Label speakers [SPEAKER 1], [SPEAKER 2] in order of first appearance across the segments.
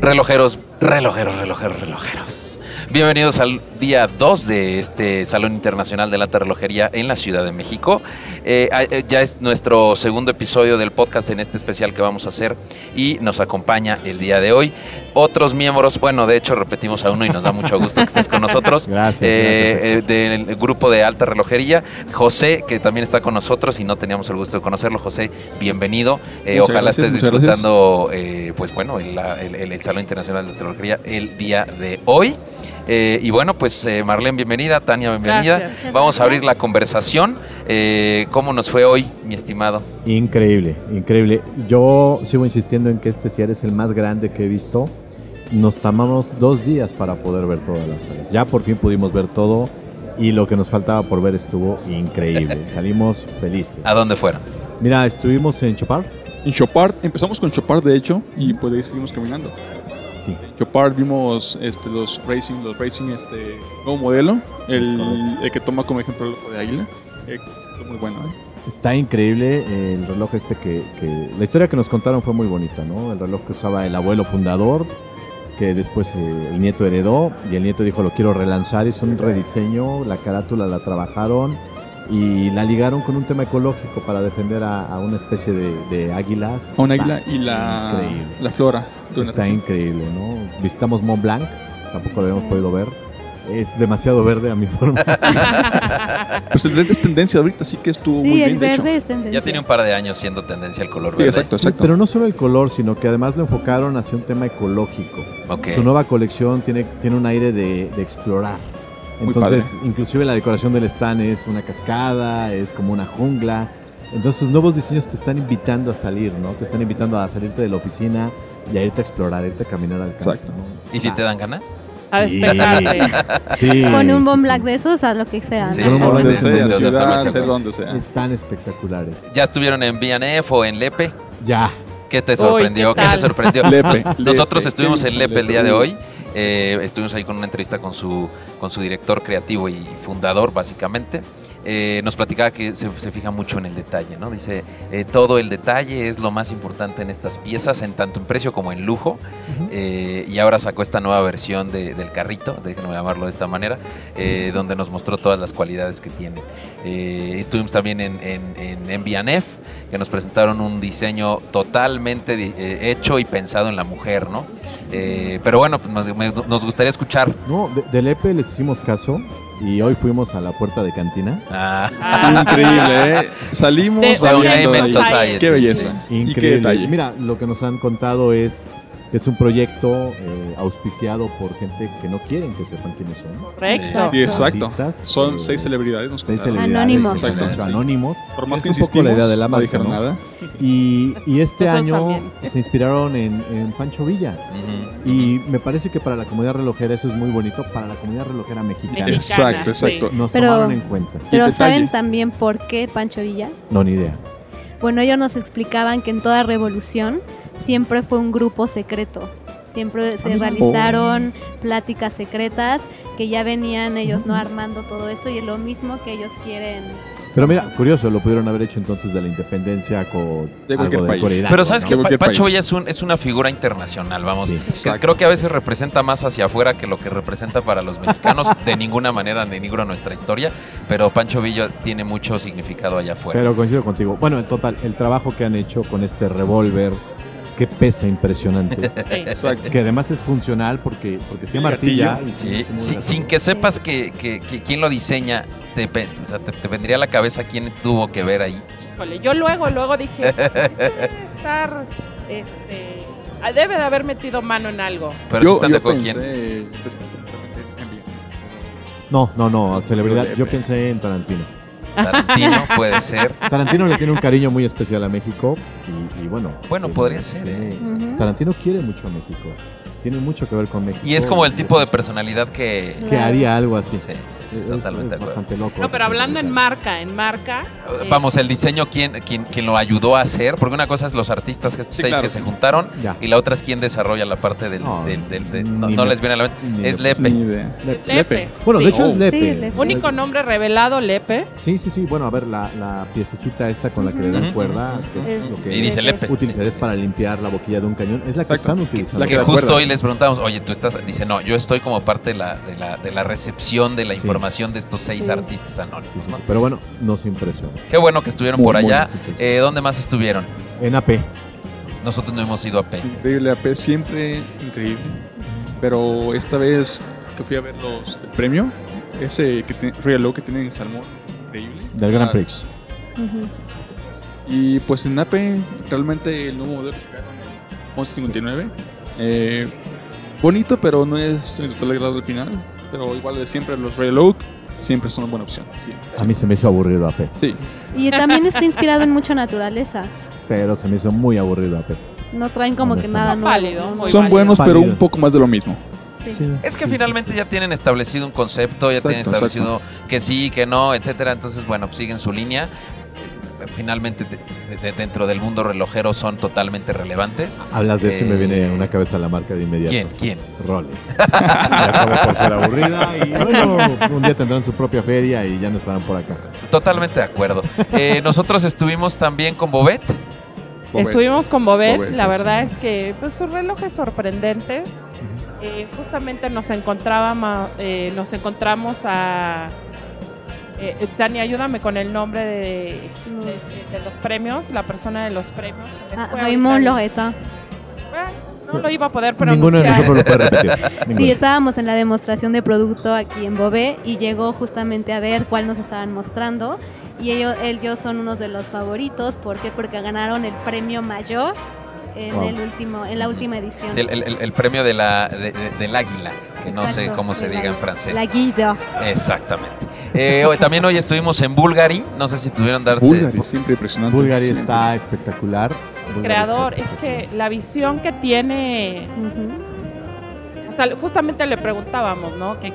[SPEAKER 1] Relojeros, relojeros, relojeros, relojeros. Bienvenidos al día 2 de este Salón Internacional de la Relojería en la Ciudad de México. Eh, eh, ya es nuestro segundo episodio del podcast en este especial que vamos a hacer y nos acompaña el día de hoy. Otros miembros, bueno, de hecho repetimos a uno y nos da mucho gusto que estés con nosotros.
[SPEAKER 2] Gracias,
[SPEAKER 1] Eh, eh, Del grupo de Alta Relojería, José, que también está con nosotros y no teníamos el gusto de conocerlo. José, bienvenido. Eh,
[SPEAKER 3] Muchas
[SPEAKER 1] ojalá
[SPEAKER 3] gracias,
[SPEAKER 1] estés
[SPEAKER 3] muchas gracias.
[SPEAKER 1] disfrutando, eh, pues bueno, el, la- el- el- el Salón Internacional de Tecnología el día de hoy. Eh, y bueno, pues eh, Marlene, bienvenida, Tania, bienvenida.
[SPEAKER 4] Gracias. Muchas
[SPEAKER 1] Vamos a
[SPEAKER 4] gracias.
[SPEAKER 1] abrir la conversación. Eh, ¿Cómo nos fue hoy, mi estimado?
[SPEAKER 2] Increíble, increíble. Yo sigo insistiendo en que este CIAR es el más grande que he visto. Nos tomamos dos días para poder ver todas las áreas. Ya por fin pudimos ver todo y lo que nos faltaba por ver estuvo increíble. Salimos felices.
[SPEAKER 1] ¿A dónde fueron?
[SPEAKER 2] Mira, estuvimos en Chopar.
[SPEAKER 3] En Chopard, empezamos con Chopard de hecho, y pues de ahí seguimos caminando.
[SPEAKER 2] Sí.
[SPEAKER 3] En Chopard vimos este, los Racing, los Racing este, nuevo modelo,
[SPEAKER 2] Es
[SPEAKER 3] el,
[SPEAKER 2] correcto.
[SPEAKER 3] el que toma como ejemplo el ojo de águila. Eh, es muy bueno, ¿eh?
[SPEAKER 2] Está increíble eh, el reloj este que, que- La historia que nos contaron fue muy bonita, ¿no? El reloj que usaba el abuelo fundador, que después eh, el nieto heredó y el nieto dijo lo quiero relanzar, hizo un rediseño, la carátula la trabajaron y la ligaron con un tema ecológico para defender a, a una especie de, de águilas.
[SPEAKER 3] A un
[SPEAKER 2] Está
[SPEAKER 3] águila y la,
[SPEAKER 2] Increíble.
[SPEAKER 3] la flora.
[SPEAKER 2] Está increíble, ¿no? Visitamos Mont Blanc, tampoco lo habíamos podido ver. Es demasiado verde a mi forma.
[SPEAKER 3] Pues el verde es tendencia ahorita, así que estuvo muy
[SPEAKER 4] Sí,
[SPEAKER 3] bien,
[SPEAKER 4] el
[SPEAKER 3] de hecho.
[SPEAKER 4] verde es tendencia.
[SPEAKER 1] Ya tiene un par de años siendo tendencia el color
[SPEAKER 3] Sí,
[SPEAKER 1] verde.
[SPEAKER 3] exacto,
[SPEAKER 2] Sí,
[SPEAKER 3] exacto.
[SPEAKER 2] pero no solo el color, sino que además lo enfocaron hacia un tema ecológico.
[SPEAKER 1] Ok.
[SPEAKER 2] Su nueva colección tiene, tiene un aire de, de explorar.
[SPEAKER 3] Muy
[SPEAKER 2] Entonces, inclusive la decoración del stand es una cascada, es como una jungla. Entonces, sus nuevos diseños te están invitando a salir, ¿no? Te están invitando a salirte de la oficina y a irte a explorar, irte a caminar al campo.
[SPEAKER 3] Exacto.
[SPEAKER 2] ¿no?
[SPEAKER 1] ¿Y si te dan ganas?
[SPEAKER 4] A
[SPEAKER 2] Sí.
[SPEAKER 4] despertarte.
[SPEAKER 2] Sí,
[SPEAKER 5] Con un
[SPEAKER 2] sí,
[SPEAKER 5] Bon
[SPEAKER 2] sí.
[SPEAKER 5] Black de esos, haz lo que sea.
[SPEAKER 1] Sí.
[SPEAKER 3] A
[SPEAKER 2] Con un
[SPEAKER 5] ¿no?
[SPEAKER 2] Bon Black
[SPEAKER 3] donde
[SPEAKER 2] de
[SPEAKER 3] sea,
[SPEAKER 2] esos.
[SPEAKER 3] en
[SPEAKER 1] donde-
[SPEAKER 3] ciudad,
[SPEAKER 1] donde-
[SPEAKER 3] sea donde sea.
[SPEAKER 2] Están espectaculares.
[SPEAKER 1] ¿Ya estuvieron en BNF o en Lepe?
[SPEAKER 2] Ya.
[SPEAKER 1] ¿Qué te
[SPEAKER 4] Uy,
[SPEAKER 1] sorprendió?
[SPEAKER 4] ¿qué
[SPEAKER 1] ¿Qué, te
[SPEAKER 4] tal?
[SPEAKER 1] sorprendió?
[SPEAKER 3] Lepe,
[SPEAKER 1] Nosotros
[SPEAKER 3] Lepe.
[SPEAKER 1] estuvimos
[SPEAKER 3] ¿Qué
[SPEAKER 1] en LEP el
[SPEAKER 3] vimos
[SPEAKER 1] día de hoy. eh, estuvimos ahí con una entrevista con su, con su director creativo y fundador, básicamente. Eh, nos platicaba que se, se fija mucho en el detalle, ¿no? Dice, eh, todo el detalle es lo más importante en estas piezas, en tanto en precio como en lujo. Eh, y ahora sacó esta nueva versión de- del carrito, déjenme llamarlo de esta manera, eh, donde nos mostró todas las cualidades que tiene. Eh, estuvimos también en, en, en, MVNF, que nos presentaron un diseño totalmente di- eh, hecho y pensado en la mujer, ¿no? Eh, pero bueno, pues nos, me- nos gustaría escuchar.
[SPEAKER 2] No, de- del EPE les hicimos caso y hoy fuimos a la puerta de cantina.
[SPEAKER 1] Ah,
[SPEAKER 4] Ah.
[SPEAKER 3] Increíble, ¿eh? Salimos
[SPEAKER 4] De
[SPEAKER 3] bailando
[SPEAKER 4] una
[SPEAKER 3] ahí.
[SPEAKER 4] inmensa
[SPEAKER 1] society.
[SPEAKER 3] Qué belleza. Y qué
[SPEAKER 2] Increíble.
[SPEAKER 3] detalle.
[SPEAKER 2] Mira, lo que nos han contado es que es un proyecto eh, auspiciado por gente que no quieren que sepan quiénes son.
[SPEAKER 4] Ah, Correcto.
[SPEAKER 3] Sí, exacto.
[SPEAKER 2] Artistas,
[SPEAKER 3] Son
[SPEAKER 2] eh,
[SPEAKER 3] seis celebridades. Nos
[SPEAKER 2] Seis
[SPEAKER 3] contaron.
[SPEAKER 2] celebridades,
[SPEAKER 5] Anónimos.
[SPEAKER 2] exacto,
[SPEAKER 1] Exacto,
[SPEAKER 3] sí.
[SPEAKER 2] anónimos.
[SPEAKER 3] Por más
[SPEAKER 2] Es
[SPEAKER 3] que
[SPEAKER 2] un poco la
[SPEAKER 3] insistimos,
[SPEAKER 2] idea de la
[SPEAKER 3] no
[SPEAKER 2] marca,
[SPEAKER 3] dijeron
[SPEAKER 2] ¿no?
[SPEAKER 3] nada.
[SPEAKER 2] Y, y este
[SPEAKER 4] Nosotros
[SPEAKER 2] año
[SPEAKER 4] también.
[SPEAKER 2] se inspiraron en, en Pancho Villa.
[SPEAKER 1] ujú.
[SPEAKER 2] Y me parece que para la comunidad relojera eso es muy bonito, para la comunidad relojera mexicana.
[SPEAKER 4] Mexicana,
[SPEAKER 3] Exacto,
[SPEAKER 4] sí.
[SPEAKER 3] exacto.
[SPEAKER 2] Nos
[SPEAKER 5] Pero-
[SPEAKER 2] tomaron en cuenta.
[SPEAKER 5] Pero
[SPEAKER 3] detalle.
[SPEAKER 5] ¿saben también por qué Pancho Villa?
[SPEAKER 2] No, ni idea.
[SPEAKER 5] Bueno, ellos nos explicaban que en toda revolución siempre fue un grupo secreto. Siempre
[SPEAKER 3] Ah,
[SPEAKER 5] se realizaron pláticas secretas que ya venían ellos no armando todo esto y es lo mismo que ellos quieren.
[SPEAKER 2] Pero mira, curioso, lo pudieron haber hecho entonces de la independencia con
[SPEAKER 3] De cualquier
[SPEAKER 2] algo de
[SPEAKER 3] país.
[SPEAKER 2] Corea.
[SPEAKER 1] Pero sabes
[SPEAKER 3] ¿no?
[SPEAKER 1] que
[SPEAKER 3] De
[SPEAKER 1] Pa-
[SPEAKER 3] cualquier
[SPEAKER 1] Pancho
[SPEAKER 3] país.
[SPEAKER 1] Villa es, un- es una figura internacional, vamos.
[SPEAKER 2] Sí.
[SPEAKER 1] Que Creo que a veces representa más hacia afuera que lo que representa para los mexicanos. De ninguna manera denigro nuestra historia, pero Pancho Villa tiene mucho significado allá afuera.
[SPEAKER 2] Pero coincido contigo. Bueno, en total, el trabajo que han hecho con este revólver, que pesa impresionante.
[SPEAKER 4] Sí.
[SPEAKER 3] Exacto.
[SPEAKER 2] que además es funcional porque, porque se
[SPEAKER 3] El
[SPEAKER 2] llama artilla.
[SPEAKER 3] gatillo.
[SPEAKER 2] y
[SPEAKER 1] Sí,
[SPEAKER 2] se- se mueve
[SPEAKER 1] sin,
[SPEAKER 2] la-
[SPEAKER 1] Eh, sin que sepas que, que- que quién lo diseña, te, pe- o sea, te- te vendría a la cabeza quién tuvo que ver ahí.
[SPEAKER 4] Híjole, yo luego, luego dije, esto debe estar, este, ah, debe de haber metido mano en algo.
[SPEAKER 1] Pero sí están de acuerdo quién.
[SPEAKER 3] pensé, pues, en bien.
[SPEAKER 2] No, no, no,
[SPEAKER 1] eh,
[SPEAKER 2] celebridad. Yo
[SPEAKER 3] Lepe.
[SPEAKER 2] pensé en Tarantino.
[SPEAKER 1] Tarantino puede ser.
[SPEAKER 2] Tarantino le tiene un cariño muy especial a México y, y bueno.
[SPEAKER 1] Bueno,
[SPEAKER 2] tiene-
[SPEAKER 1] podría ser,
[SPEAKER 2] tiene-
[SPEAKER 1] ¿eh?
[SPEAKER 5] Ujú.
[SPEAKER 2] Tarantino quiere mucho a México. Tiene mucho que ver con México.
[SPEAKER 1] Y es como el tipo de personalidad que.
[SPEAKER 2] Que haría algo así.
[SPEAKER 1] Sí, sí. sí, sí,
[SPEAKER 2] Es-
[SPEAKER 1] totalmente
[SPEAKER 2] es
[SPEAKER 1] de acuerdo.
[SPEAKER 2] bastante loco.
[SPEAKER 4] No, pero hablando en marca, en marca. eh,
[SPEAKER 1] Vamos, el diseño, ¿quién, quién, quién lo ayudó a hacer? Porque una cosa es los artistas, que estos
[SPEAKER 3] Sí,
[SPEAKER 1] seis
[SPEAKER 3] claro.
[SPEAKER 1] que se juntaron,
[SPEAKER 2] Ya.
[SPEAKER 1] y la otra es quién desarrolla la parte del...
[SPEAKER 2] No,
[SPEAKER 1] del- del- de-
[SPEAKER 2] ni
[SPEAKER 1] no,
[SPEAKER 2] me-
[SPEAKER 1] no les viene a la mente.
[SPEAKER 2] ni
[SPEAKER 1] Es
[SPEAKER 2] me-
[SPEAKER 1] Lepe.
[SPEAKER 3] Ni idea.
[SPEAKER 2] Le-
[SPEAKER 4] Lepe.
[SPEAKER 2] Bueno, de
[SPEAKER 4] sí.
[SPEAKER 2] hecho es
[SPEAKER 3] Oh.
[SPEAKER 2] Lepe.
[SPEAKER 5] Sí, Lepe.
[SPEAKER 4] Único nombre revelado, Lepe.
[SPEAKER 2] Sí, sí, sí. Bueno, a ver, la, la piececita esta con la que le dan
[SPEAKER 1] Ujú.
[SPEAKER 2] cuerda, que es
[SPEAKER 5] Es-
[SPEAKER 2] lo que
[SPEAKER 1] Y dice Lepe.
[SPEAKER 2] utilizarás
[SPEAKER 1] Sí, sí,
[SPEAKER 2] para limpiar la boquilla de un cañón, es la que
[SPEAKER 3] Exacto.
[SPEAKER 2] están utilizando.
[SPEAKER 3] La
[SPEAKER 1] Que
[SPEAKER 3] de
[SPEAKER 1] justo
[SPEAKER 3] acuerdo.
[SPEAKER 1] hoy les preguntamos, oye, tú estás, dice, no, yo estoy como parte de la, de la, de la recepción de la
[SPEAKER 2] Sí.
[SPEAKER 1] información de estos seis
[SPEAKER 5] Sí.
[SPEAKER 1] artistas anónimos.
[SPEAKER 2] Sí, sí,
[SPEAKER 1] ¿no?
[SPEAKER 2] sí. Pero bueno, nos impresionó.
[SPEAKER 1] Qué bueno que estuvieron
[SPEAKER 2] Muy
[SPEAKER 1] por
[SPEAKER 2] bueno,
[SPEAKER 1] allá.
[SPEAKER 2] sí, pues.
[SPEAKER 1] Eh, ¿Dónde más estuvieron?
[SPEAKER 2] En AP.
[SPEAKER 1] Nosotros no hemos ido a P.
[SPEAKER 3] Increíble AP, siempre increíble. Pero esta vez que fui a ver los el premio, ese que te- reloj que tienen en Salmón, increíble.
[SPEAKER 2] Del Grand
[SPEAKER 3] Ah,
[SPEAKER 2] Prix.
[SPEAKER 5] Ujú.
[SPEAKER 3] Y pues en AP realmente el nuevo modelo que sacaron, el 1159, eh, bonito, pero no es el total grado del final. Pero igual de siempre los reloj siempre son una buena opción. Sí,
[SPEAKER 2] A mí se me hizo aburrido AP.
[SPEAKER 3] sí.
[SPEAKER 5] Y también está inspirado en mucha naturaleza.
[SPEAKER 2] Pero se me hizo muy aburrido AP.
[SPEAKER 5] No traen como que nada
[SPEAKER 4] Honestamente.
[SPEAKER 5] nuevo.
[SPEAKER 4] Pálido,
[SPEAKER 5] ¿no?
[SPEAKER 4] muy-
[SPEAKER 3] son
[SPEAKER 4] válido.
[SPEAKER 3] buenos, pero
[SPEAKER 2] Válido.
[SPEAKER 3] un poco más de lo mismo.
[SPEAKER 5] Sí.
[SPEAKER 1] Es que finalmente ya tienen establecido un concepto, ya tienen
[SPEAKER 3] Exacto,
[SPEAKER 1] establecido que sí, que no, etcétera. Entonces, bueno, pues siguen su línea. Finalmente, de- de- dentro del mundo relojero son totalmente relevantes.
[SPEAKER 2] Hablas de eso y me
[SPEAKER 1] Eh,
[SPEAKER 2] viene a una cabeza la marca de inmediato.
[SPEAKER 1] ¿Quién? ¿Quién?
[SPEAKER 2] Rolex. Ya acabó por ser aburrida y bueno, un día tendrán su propia feria y ya no estarán por acá.
[SPEAKER 1] Totalmente de acuerdo. Eh, nosotros estuvimos también con Bobet.
[SPEAKER 4] Estuvimos con Bobet,
[SPEAKER 3] Bobet,
[SPEAKER 4] la
[SPEAKER 3] sí.
[SPEAKER 4] verdad es que pues, sus relojes sorprendentes. Eh, justamente nos encontrábamos, eh, nos encontramos a eh, eh, Tania, ayúdame con el nombre de,
[SPEAKER 5] No.
[SPEAKER 4] de- de- de los premios, la persona de los premios.
[SPEAKER 5] Ah,
[SPEAKER 4] Fue
[SPEAKER 5] Raymond
[SPEAKER 4] ahorita-
[SPEAKER 5] Loretta.
[SPEAKER 4] Ah, No lo iba a poder
[SPEAKER 2] Ninguno
[SPEAKER 4] pronunciar.
[SPEAKER 2] de nosotros lo puede repetir.
[SPEAKER 5] Sí,
[SPEAKER 2] Ninguno.
[SPEAKER 5] estábamos en la demostración de producto aquí en Bobé y llegó justamente a ver cuál nos estaban mostrando. Y ellos, ellos son uno de los favoritos. ¿Por qué? Porque ganaron el premio mayor en,
[SPEAKER 2] Wow.
[SPEAKER 5] el último, en la última edición.
[SPEAKER 1] Sí, el, el- el- el premio de la, de- de- del águila, que no sé
[SPEAKER 5] Exacto,
[SPEAKER 1] cómo se
[SPEAKER 5] el
[SPEAKER 1] diga en
[SPEAKER 5] águila.
[SPEAKER 1] francés.
[SPEAKER 5] La Guilda.
[SPEAKER 1] Exactamente. Eh, hoy- también hoy estuvimos en Bulgari, no sé si tuvieron darse...
[SPEAKER 3] Bulgari, siempre impresionante.
[SPEAKER 2] Bulgari
[SPEAKER 3] siempre.
[SPEAKER 2] está espectacular. Bulgari
[SPEAKER 4] Creador,
[SPEAKER 2] está
[SPEAKER 4] es que
[SPEAKER 2] espectacular.
[SPEAKER 4] la visión que tiene
[SPEAKER 5] Ujú.
[SPEAKER 4] O sea, justamente le preguntábamos, ¿no? Que,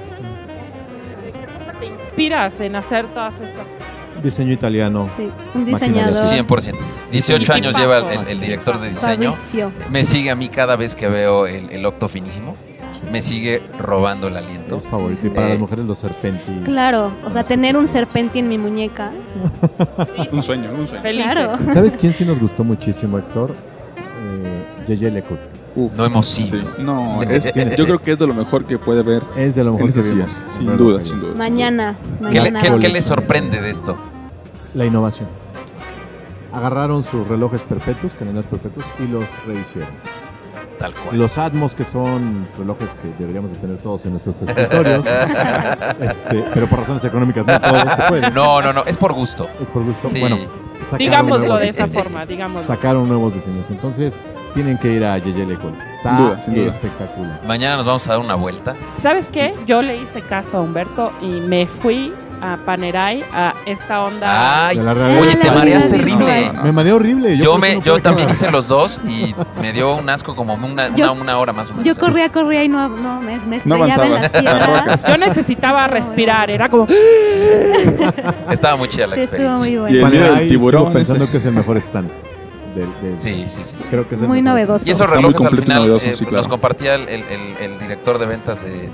[SPEAKER 4] ¿Cómo te inspiras en hacer todas estas cosas?
[SPEAKER 2] Diseño italiano.
[SPEAKER 5] Sí, un
[SPEAKER 2] Maquinaria.
[SPEAKER 5] diseñador.
[SPEAKER 1] 100%. 18 años lleva el, el- el director de diseño.
[SPEAKER 5] Fabrizio.
[SPEAKER 1] Me sigue a mí cada vez que veo el, el octo finísimo. Me sigue robando el aliento.
[SPEAKER 2] Es favorito. Y para
[SPEAKER 1] Eh,
[SPEAKER 2] las mujeres, los serpenti.
[SPEAKER 5] Claro, o sea, tener un serpente en mi muñeca.
[SPEAKER 3] Un sueño, un sueño.
[SPEAKER 4] Felices.
[SPEAKER 5] Claro.
[SPEAKER 2] ¿Sabes quién sí nos gustó muchísimo, Héctor? Eh, J.J. Lecoq.
[SPEAKER 3] Uf.
[SPEAKER 1] No hemos ido.
[SPEAKER 3] Sí. No, es- yo creo que es de lo mejor que puede haber
[SPEAKER 2] Es de lo
[SPEAKER 3] en
[SPEAKER 2] mejor que
[SPEAKER 3] esas
[SPEAKER 2] vimos.
[SPEAKER 3] sillas. Sin
[SPEAKER 2] Bueno,
[SPEAKER 3] duda,
[SPEAKER 2] que-
[SPEAKER 3] sin duda.
[SPEAKER 5] Mañana.
[SPEAKER 1] ¿Qué le,
[SPEAKER 5] mañana
[SPEAKER 1] qué- qué le
[SPEAKER 5] vamos.
[SPEAKER 1] sorprende de esto?
[SPEAKER 2] La innovación. Agarraron sus relojes perpetuos, calendarios perpetuos, y los rehicieron.
[SPEAKER 1] Tal cual.
[SPEAKER 2] Los Atmos, que son relojes que deberíamos de tener todos en nuestros escritorios, este, pero por razones económicas no todos se pueden.
[SPEAKER 1] No, no, no, es por gusto.
[SPEAKER 2] Es por gusto.
[SPEAKER 1] Sí.
[SPEAKER 2] Bueno, sacaron
[SPEAKER 4] Digámoslo
[SPEAKER 2] nuevos
[SPEAKER 4] de esa
[SPEAKER 2] diseños.
[SPEAKER 4] forma, digámoslo.
[SPEAKER 2] Sacaron nuevos diseños. Entonces, tienen que ir a Yeye Lecol. Está
[SPEAKER 3] Sin duda, sin duda.
[SPEAKER 2] espectacular.
[SPEAKER 1] Mañana nos vamos a dar una vuelta.
[SPEAKER 4] ¿Sabes qué? Yo le hice caso a Humberto y me fui a Panerai a esta onda.
[SPEAKER 1] Ay,
[SPEAKER 2] De la realidad.
[SPEAKER 1] oye, te
[SPEAKER 5] Ah, la
[SPEAKER 1] mareas
[SPEAKER 5] vida
[SPEAKER 1] terrible.
[SPEAKER 3] virtual.
[SPEAKER 2] Me mareé horrible.
[SPEAKER 1] Yo,
[SPEAKER 2] por eso
[SPEAKER 1] me,
[SPEAKER 2] no
[SPEAKER 1] yo
[SPEAKER 2] pude
[SPEAKER 1] también
[SPEAKER 2] acabar.
[SPEAKER 1] hice los dos y me dio un asco como una, una,
[SPEAKER 5] Yo-
[SPEAKER 1] una hora más o menos.
[SPEAKER 5] Yo corría, corría y no, no me, me
[SPEAKER 3] No
[SPEAKER 5] estrellaba en las
[SPEAKER 3] avanzabas.
[SPEAKER 5] piedras.
[SPEAKER 4] Yo necesitaba respirar, era como.
[SPEAKER 1] Estaba muy chida la
[SPEAKER 5] Sí, Estuvo muy
[SPEAKER 1] experiencia.
[SPEAKER 3] Y
[SPEAKER 5] bueno.
[SPEAKER 3] el- mira,
[SPEAKER 2] Panerai, sigo
[SPEAKER 3] tiburón ese.
[SPEAKER 2] pensando que es el mejor stand. del- del-
[SPEAKER 1] Sí, sí, sí. sí.
[SPEAKER 2] Creo que es el
[SPEAKER 5] Muy
[SPEAKER 2] mejor
[SPEAKER 5] novedoso.
[SPEAKER 1] Y esos
[SPEAKER 3] Está muy
[SPEAKER 1] relojes al
[SPEAKER 3] completo y
[SPEAKER 1] final
[SPEAKER 3] novedoso,
[SPEAKER 1] eh,
[SPEAKER 3] sí,
[SPEAKER 1] nos
[SPEAKER 3] claro.
[SPEAKER 1] compartía el, el- el- el director de ventas de- de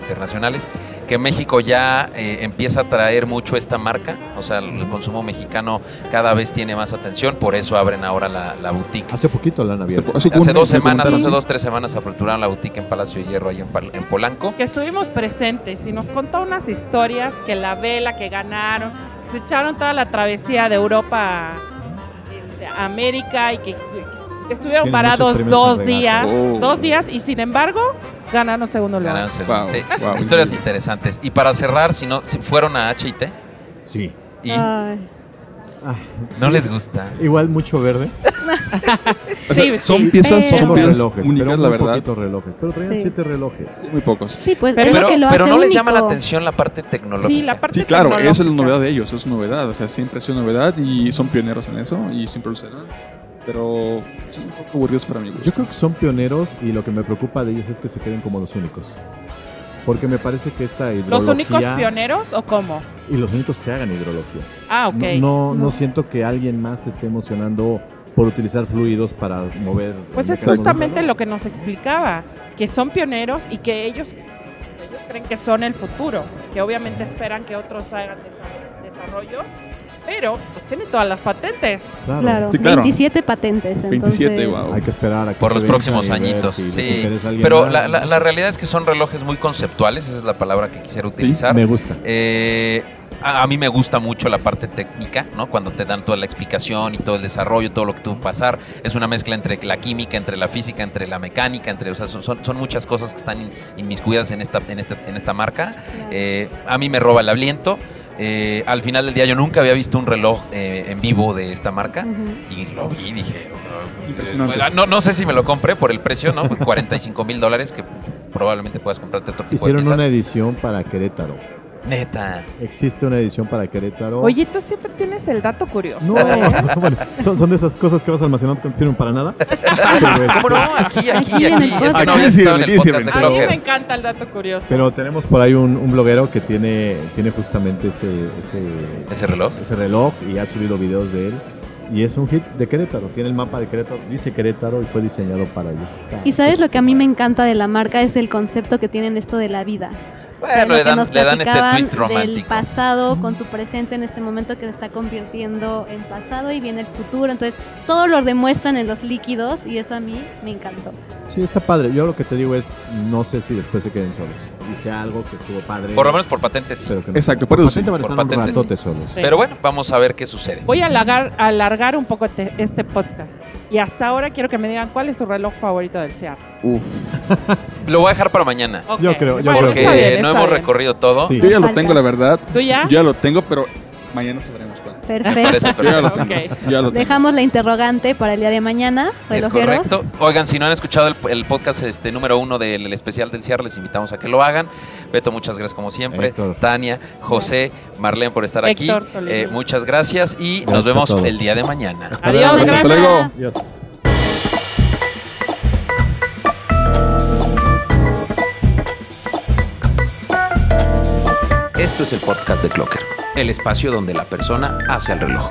[SPEAKER 1] internacionales que México ya eh, empieza a traer mucho esta marca, o sea, el, el consumo mexicano cada vez tiene más atención, por eso abren ahora la, la boutique.
[SPEAKER 2] stand. Hace poquito la han
[SPEAKER 3] Hace,
[SPEAKER 2] abierto.
[SPEAKER 3] hace un
[SPEAKER 1] Hace
[SPEAKER 3] mes
[SPEAKER 1] dos
[SPEAKER 3] me
[SPEAKER 1] semanas,
[SPEAKER 3] preguntaron.
[SPEAKER 1] hace dos, tres semanas aperturaron la boutique en Palacio de Hierro, ahí en, Pal- en Polanco.
[SPEAKER 4] que estuvimos presentes y nos contó unas historias que la vela que ganaron, que se echaron toda la travesía de Europa a, este, a América y que, que estuvieron
[SPEAKER 2] Tienen muchos
[SPEAKER 4] parados
[SPEAKER 2] premios
[SPEAKER 4] dos
[SPEAKER 2] en regalo.
[SPEAKER 4] días,
[SPEAKER 3] Oh.
[SPEAKER 4] dos días y sin embargo ganaron segundo lugar.
[SPEAKER 1] Ganaron,
[SPEAKER 3] Wow,
[SPEAKER 1] sí.
[SPEAKER 3] wow,
[SPEAKER 1] Historias
[SPEAKER 3] increíble.
[SPEAKER 1] interesantes. Y para cerrar, si no, si fueron a HIT
[SPEAKER 2] Sí.
[SPEAKER 1] y
[SPEAKER 5] Ay,
[SPEAKER 1] no les gusta.
[SPEAKER 2] Igual mucho verde.
[SPEAKER 3] O sea,
[SPEAKER 4] Sí,
[SPEAKER 3] son
[SPEAKER 4] sí,
[SPEAKER 3] piezas,
[SPEAKER 5] pero-
[SPEAKER 3] son
[SPEAKER 2] Pocos
[SPEAKER 3] piezas
[SPEAKER 2] relojes, pero
[SPEAKER 3] únicas, la
[SPEAKER 2] muy
[SPEAKER 3] verdad.
[SPEAKER 2] poquitos relojes. Pero traían
[SPEAKER 5] Sí.
[SPEAKER 2] siete relojes.
[SPEAKER 3] Muy pocos.
[SPEAKER 5] Sí, pues
[SPEAKER 4] Pero-
[SPEAKER 5] es
[SPEAKER 1] Pero,
[SPEAKER 5] lo que lo
[SPEAKER 1] pero
[SPEAKER 5] hace
[SPEAKER 1] no les
[SPEAKER 5] único.
[SPEAKER 1] llama la atención la parte tecnológica.
[SPEAKER 4] Sí, la parte
[SPEAKER 3] Sí, claro, esa es la
[SPEAKER 4] tecnológica.
[SPEAKER 3] novedad de ellos, es novedad, o sea, siempre ha sido novedad y son pioneros en eso y siempre lo serán. Pero sí, un poco aburridos para mí.
[SPEAKER 2] Yo creo que son pioneros y lo que me preocupa de ellos es que se queden como los únicos. Porque me parece que esta hidrología...
[SPEAKER 4] ¿Los únicos pioneros o cómo?
[SPEAKER 2] Y los únicos que hagan hidrología.
[SPEAKER 4] Ah, ok.
[SPEAKER 2] No, no, no
[SPEAKER 5] No.
[SPEAKER 2] siento que alguien más se esté emocionando por utilizar fluidos para mover...
[SPEAKER 4] Pues es justamente lo que nos explicaba, que son pioneros y que ellos, ellos creen que son el futuro, que obviamente esperan que otros hagan desa- desarrollo, pero pues tienen todas las patentes.
[SPEAKER 5] Claro,
[SPEAKER 3] Sí, claro.
[SPEAKER 5] 27 patentes. Entonces,
[SPEAKER 3] 27, guau.
[SPEAKER 2] Hay que esperar a que
[SPEAKER 1] Por
[SPEAKER 2] se
[SPEAKER 1] los
[SPEAKER 2] venza
[SPEAKER 1] próximos
[SPEAKER 2] y ver
[SPEAKER 1] añitos,
[SPEAKER 2] si les
[SPEAKER 1] sí.
[SPEAKER 2] interesa a alguien
[SPEAKER 1] Pero
[SPEAKER 2] más,
[SPEAKER 1] la, la-
[SPEAKER 2] ¿no?
[SPEAKER 1] la realidad es que son relojes muy conceptuales, esa es la palabra que quisiera utilizar.
[SPEAKER 2] Me gusta.
[SPEAKER 1] Eh, a, a mí me gusta mucho la parte técnica, ¿no? Cuando te dan toda la explicación y todo el desarrollo, todo lo que tuvo que pasar. Es una mezcla entre la química, entre la física, entre la mecánica, entre. O sea, son, son- son muchas cosas que están in- inmiscuidas en esta, en esta, en esta marca.
[SPEAKER 5] claro.
[SPEAKER 1] Eh, a mí me roba el aliento. Eh, al final del día yo nunca había visto un reloj eh, en vivo de esta marca.
[SPEAKER 5] Ujú.
[SPEAKER 1] Y lo vi y dije, "Oh,
[SPEAKER 3] Impresionante.
[SPEAKER 1] eh, no, no sé si me lo compré por el precio, ¿no? Pues, 45 mil dólares que probablemente puedas comprarte otro tipo
[SPEAKER 2] Hicieron
[SPEAKER 1] de
[SPEAKER 2] una
[SPEAKER 1] piezas.
[SPEAKER 2] edición para Querétaro.
[SPEAKER 1] Neta.
[SPEAKER 2] Existe una edición para Querétaro.
[SPEAKER 4] Oye, tú siempre tienes el dato curioso.
[SPEAKER 2] No,
[SPEAKER 4] ¿eh?
[SPEAKER 2] bueno, son, son de esas cosas que vas almacenando que no sirven para nada. Pero, este,
[SPEAKER 1] Pues, ¿Cómo no? Aquí, aquí,
[SPEAKER 5] Aquí en el
[SPEAKER 1] aquí. Es que
[SPEAKER 5] podcast.
[SPEAKER 1] no había
[SPEAKER 3] Aquí
[SPEAKER 1] estado en el podcast
[SPEAKER 3] sirven,
[SPEAKER 1] de
[SPEAKER 4] A mí me
[SPEAKER 1] Clocker.
[SPEAKER 4] encanta el dato curioso.
[SPEAKER 2] pero tenemos por ahí un, un bloguero que tiene, tiene justamente ese, ese,
[SPEAKER 1] Ese reloj.
[SPEAKER 2] ese reloj y ha subido videos de él. Y es un hit de Querétaro. Tiene el mapa de Querétaro. Dice Querétaro y fue diseñado para ellos. Está-
[SPEAKER 5] Y sabes lo que a mí me encanta de la marca es el concepto que tienen esto de la vida. O sea,
[SPEAKER 1] Bueno,
[SPEAKER 5] lo
[SPEAKER 1] Eh, le
[SPEAKER 5] que
[SPEAKER 1] dan,
[SPEAKER 5] nos
[SPEAKER 1] le dan este
[SPEAKER 5] platicaban
[SPEAKER 1] twist
[SPEAKER 5] Del
[SPEAKER 1] romántico.
[SPEAKER 5] pasado con tu presente en este momento que se está convirtiendo en pasado y viene el futuro. Entonces, todo lo demuestran en los líquidos y eso a mí me encantó.
[SPEAKER 2] Sí, está padre. Yo lo que te digo es, no sé si después se queden solos. Dice algo que estuvo padre.
[SPEAKER 1] Por lo menos por patentes sí.
[SPEAKER 2] pero que no.
[SPEAKER 3] Exacto, por eso sí,
[SPEAKER 2] patente van a
[SPEAKER 1] por
[SPEAKER 2] estar un
[SPEAKER 1] patente sí.
[SPEAKER 2] ratote solos.
[SPEAKER 4] Sí.
[SPEAKER 1] Pero bueno, vamos a ver qué sucede.
[SPEAKER 4] Voy a alargar, a alargar un poco te- este podcast. Y hasta ahora quiero que me digan cuál es su reloj favorito del CEAR.
[SPEAKER 3] Uf.
[SPEAKER 1] Lo voy a dejar para mañana.
[SPEAKER 4] Ok,
[SPEAKER 2] Yo creo- yo
[SPEAKER 4] bueno,
[SPEAKER 2] creo
[SPEAKER 1] Porque
[SPEAKER 2] que-
[SPEAKER 4] está bien,
[SPEAKER 1] no
[SPEAKER 4] está
[SPEAKER 1] hemos
[SPEAKER 4] bien.
[SPEAKER 1] recorrido todo.
[SPEAKER 2] Sí.
[SPEAKER 3] Yo ya lo
[SPEAKER 5] Falta.
[SPEAKER 3] tengo, la verdad.
[SPEAKER 4] ¿Tú ya?
[SPEAKER 3] Yo ya lo tengo, pero mañana sabremos cuál.
[SPEAKER 1] Por
[SPEAKER 5] Perfecto.
[SPEAKER 1] eso,
[SPEAKER 3] Yo ya
[SPEAKER 1] pero-
[SPEAKER 3] lo tengo.
[SPEAKER 4] Ok.
[SPEAKER 3] Yo ya lo tengo.
[SPEAKER 5] Dejamos la interrogante para el día de mañana,
[SPEAKER 1] Es
[SPEAKER 5] relojeros.
[SPEAKER 1] correcto. Oigan, si no han escuchado el, el podcast este número uno del el especial del cierre, les invitamos a que lo hagan. Beto, muchas gracias como siempre.
[SPEAKER 2] Héctor.
[SPEAKER 1] Tania, José, Marlene por estar
[SPEAKER 4] Héctor
[SPEAKER 1] aquí.
[SPEAKER 4] Toledo.
[SPEAKER 1] Eh, muchas gracias y
[SPEAKER 2] Gracias
[SPEAKER 1] nos
[SPEAKER 2] a
[SPEAKER 1] vemos
[SPEAKER 2] todos.
[SPEAKER 1] el día de mañana.
[SPEAKER 4] Adiós,
[SPEAKER 3] Hasta
[SPEAKER 4] gracias.
[SPEAKER 3] luego.
[SPEAKER 2] Adiós.
[SPEAKER 1] Esto es el podcast de Clocker, el espacio donde la persona hace el reloj.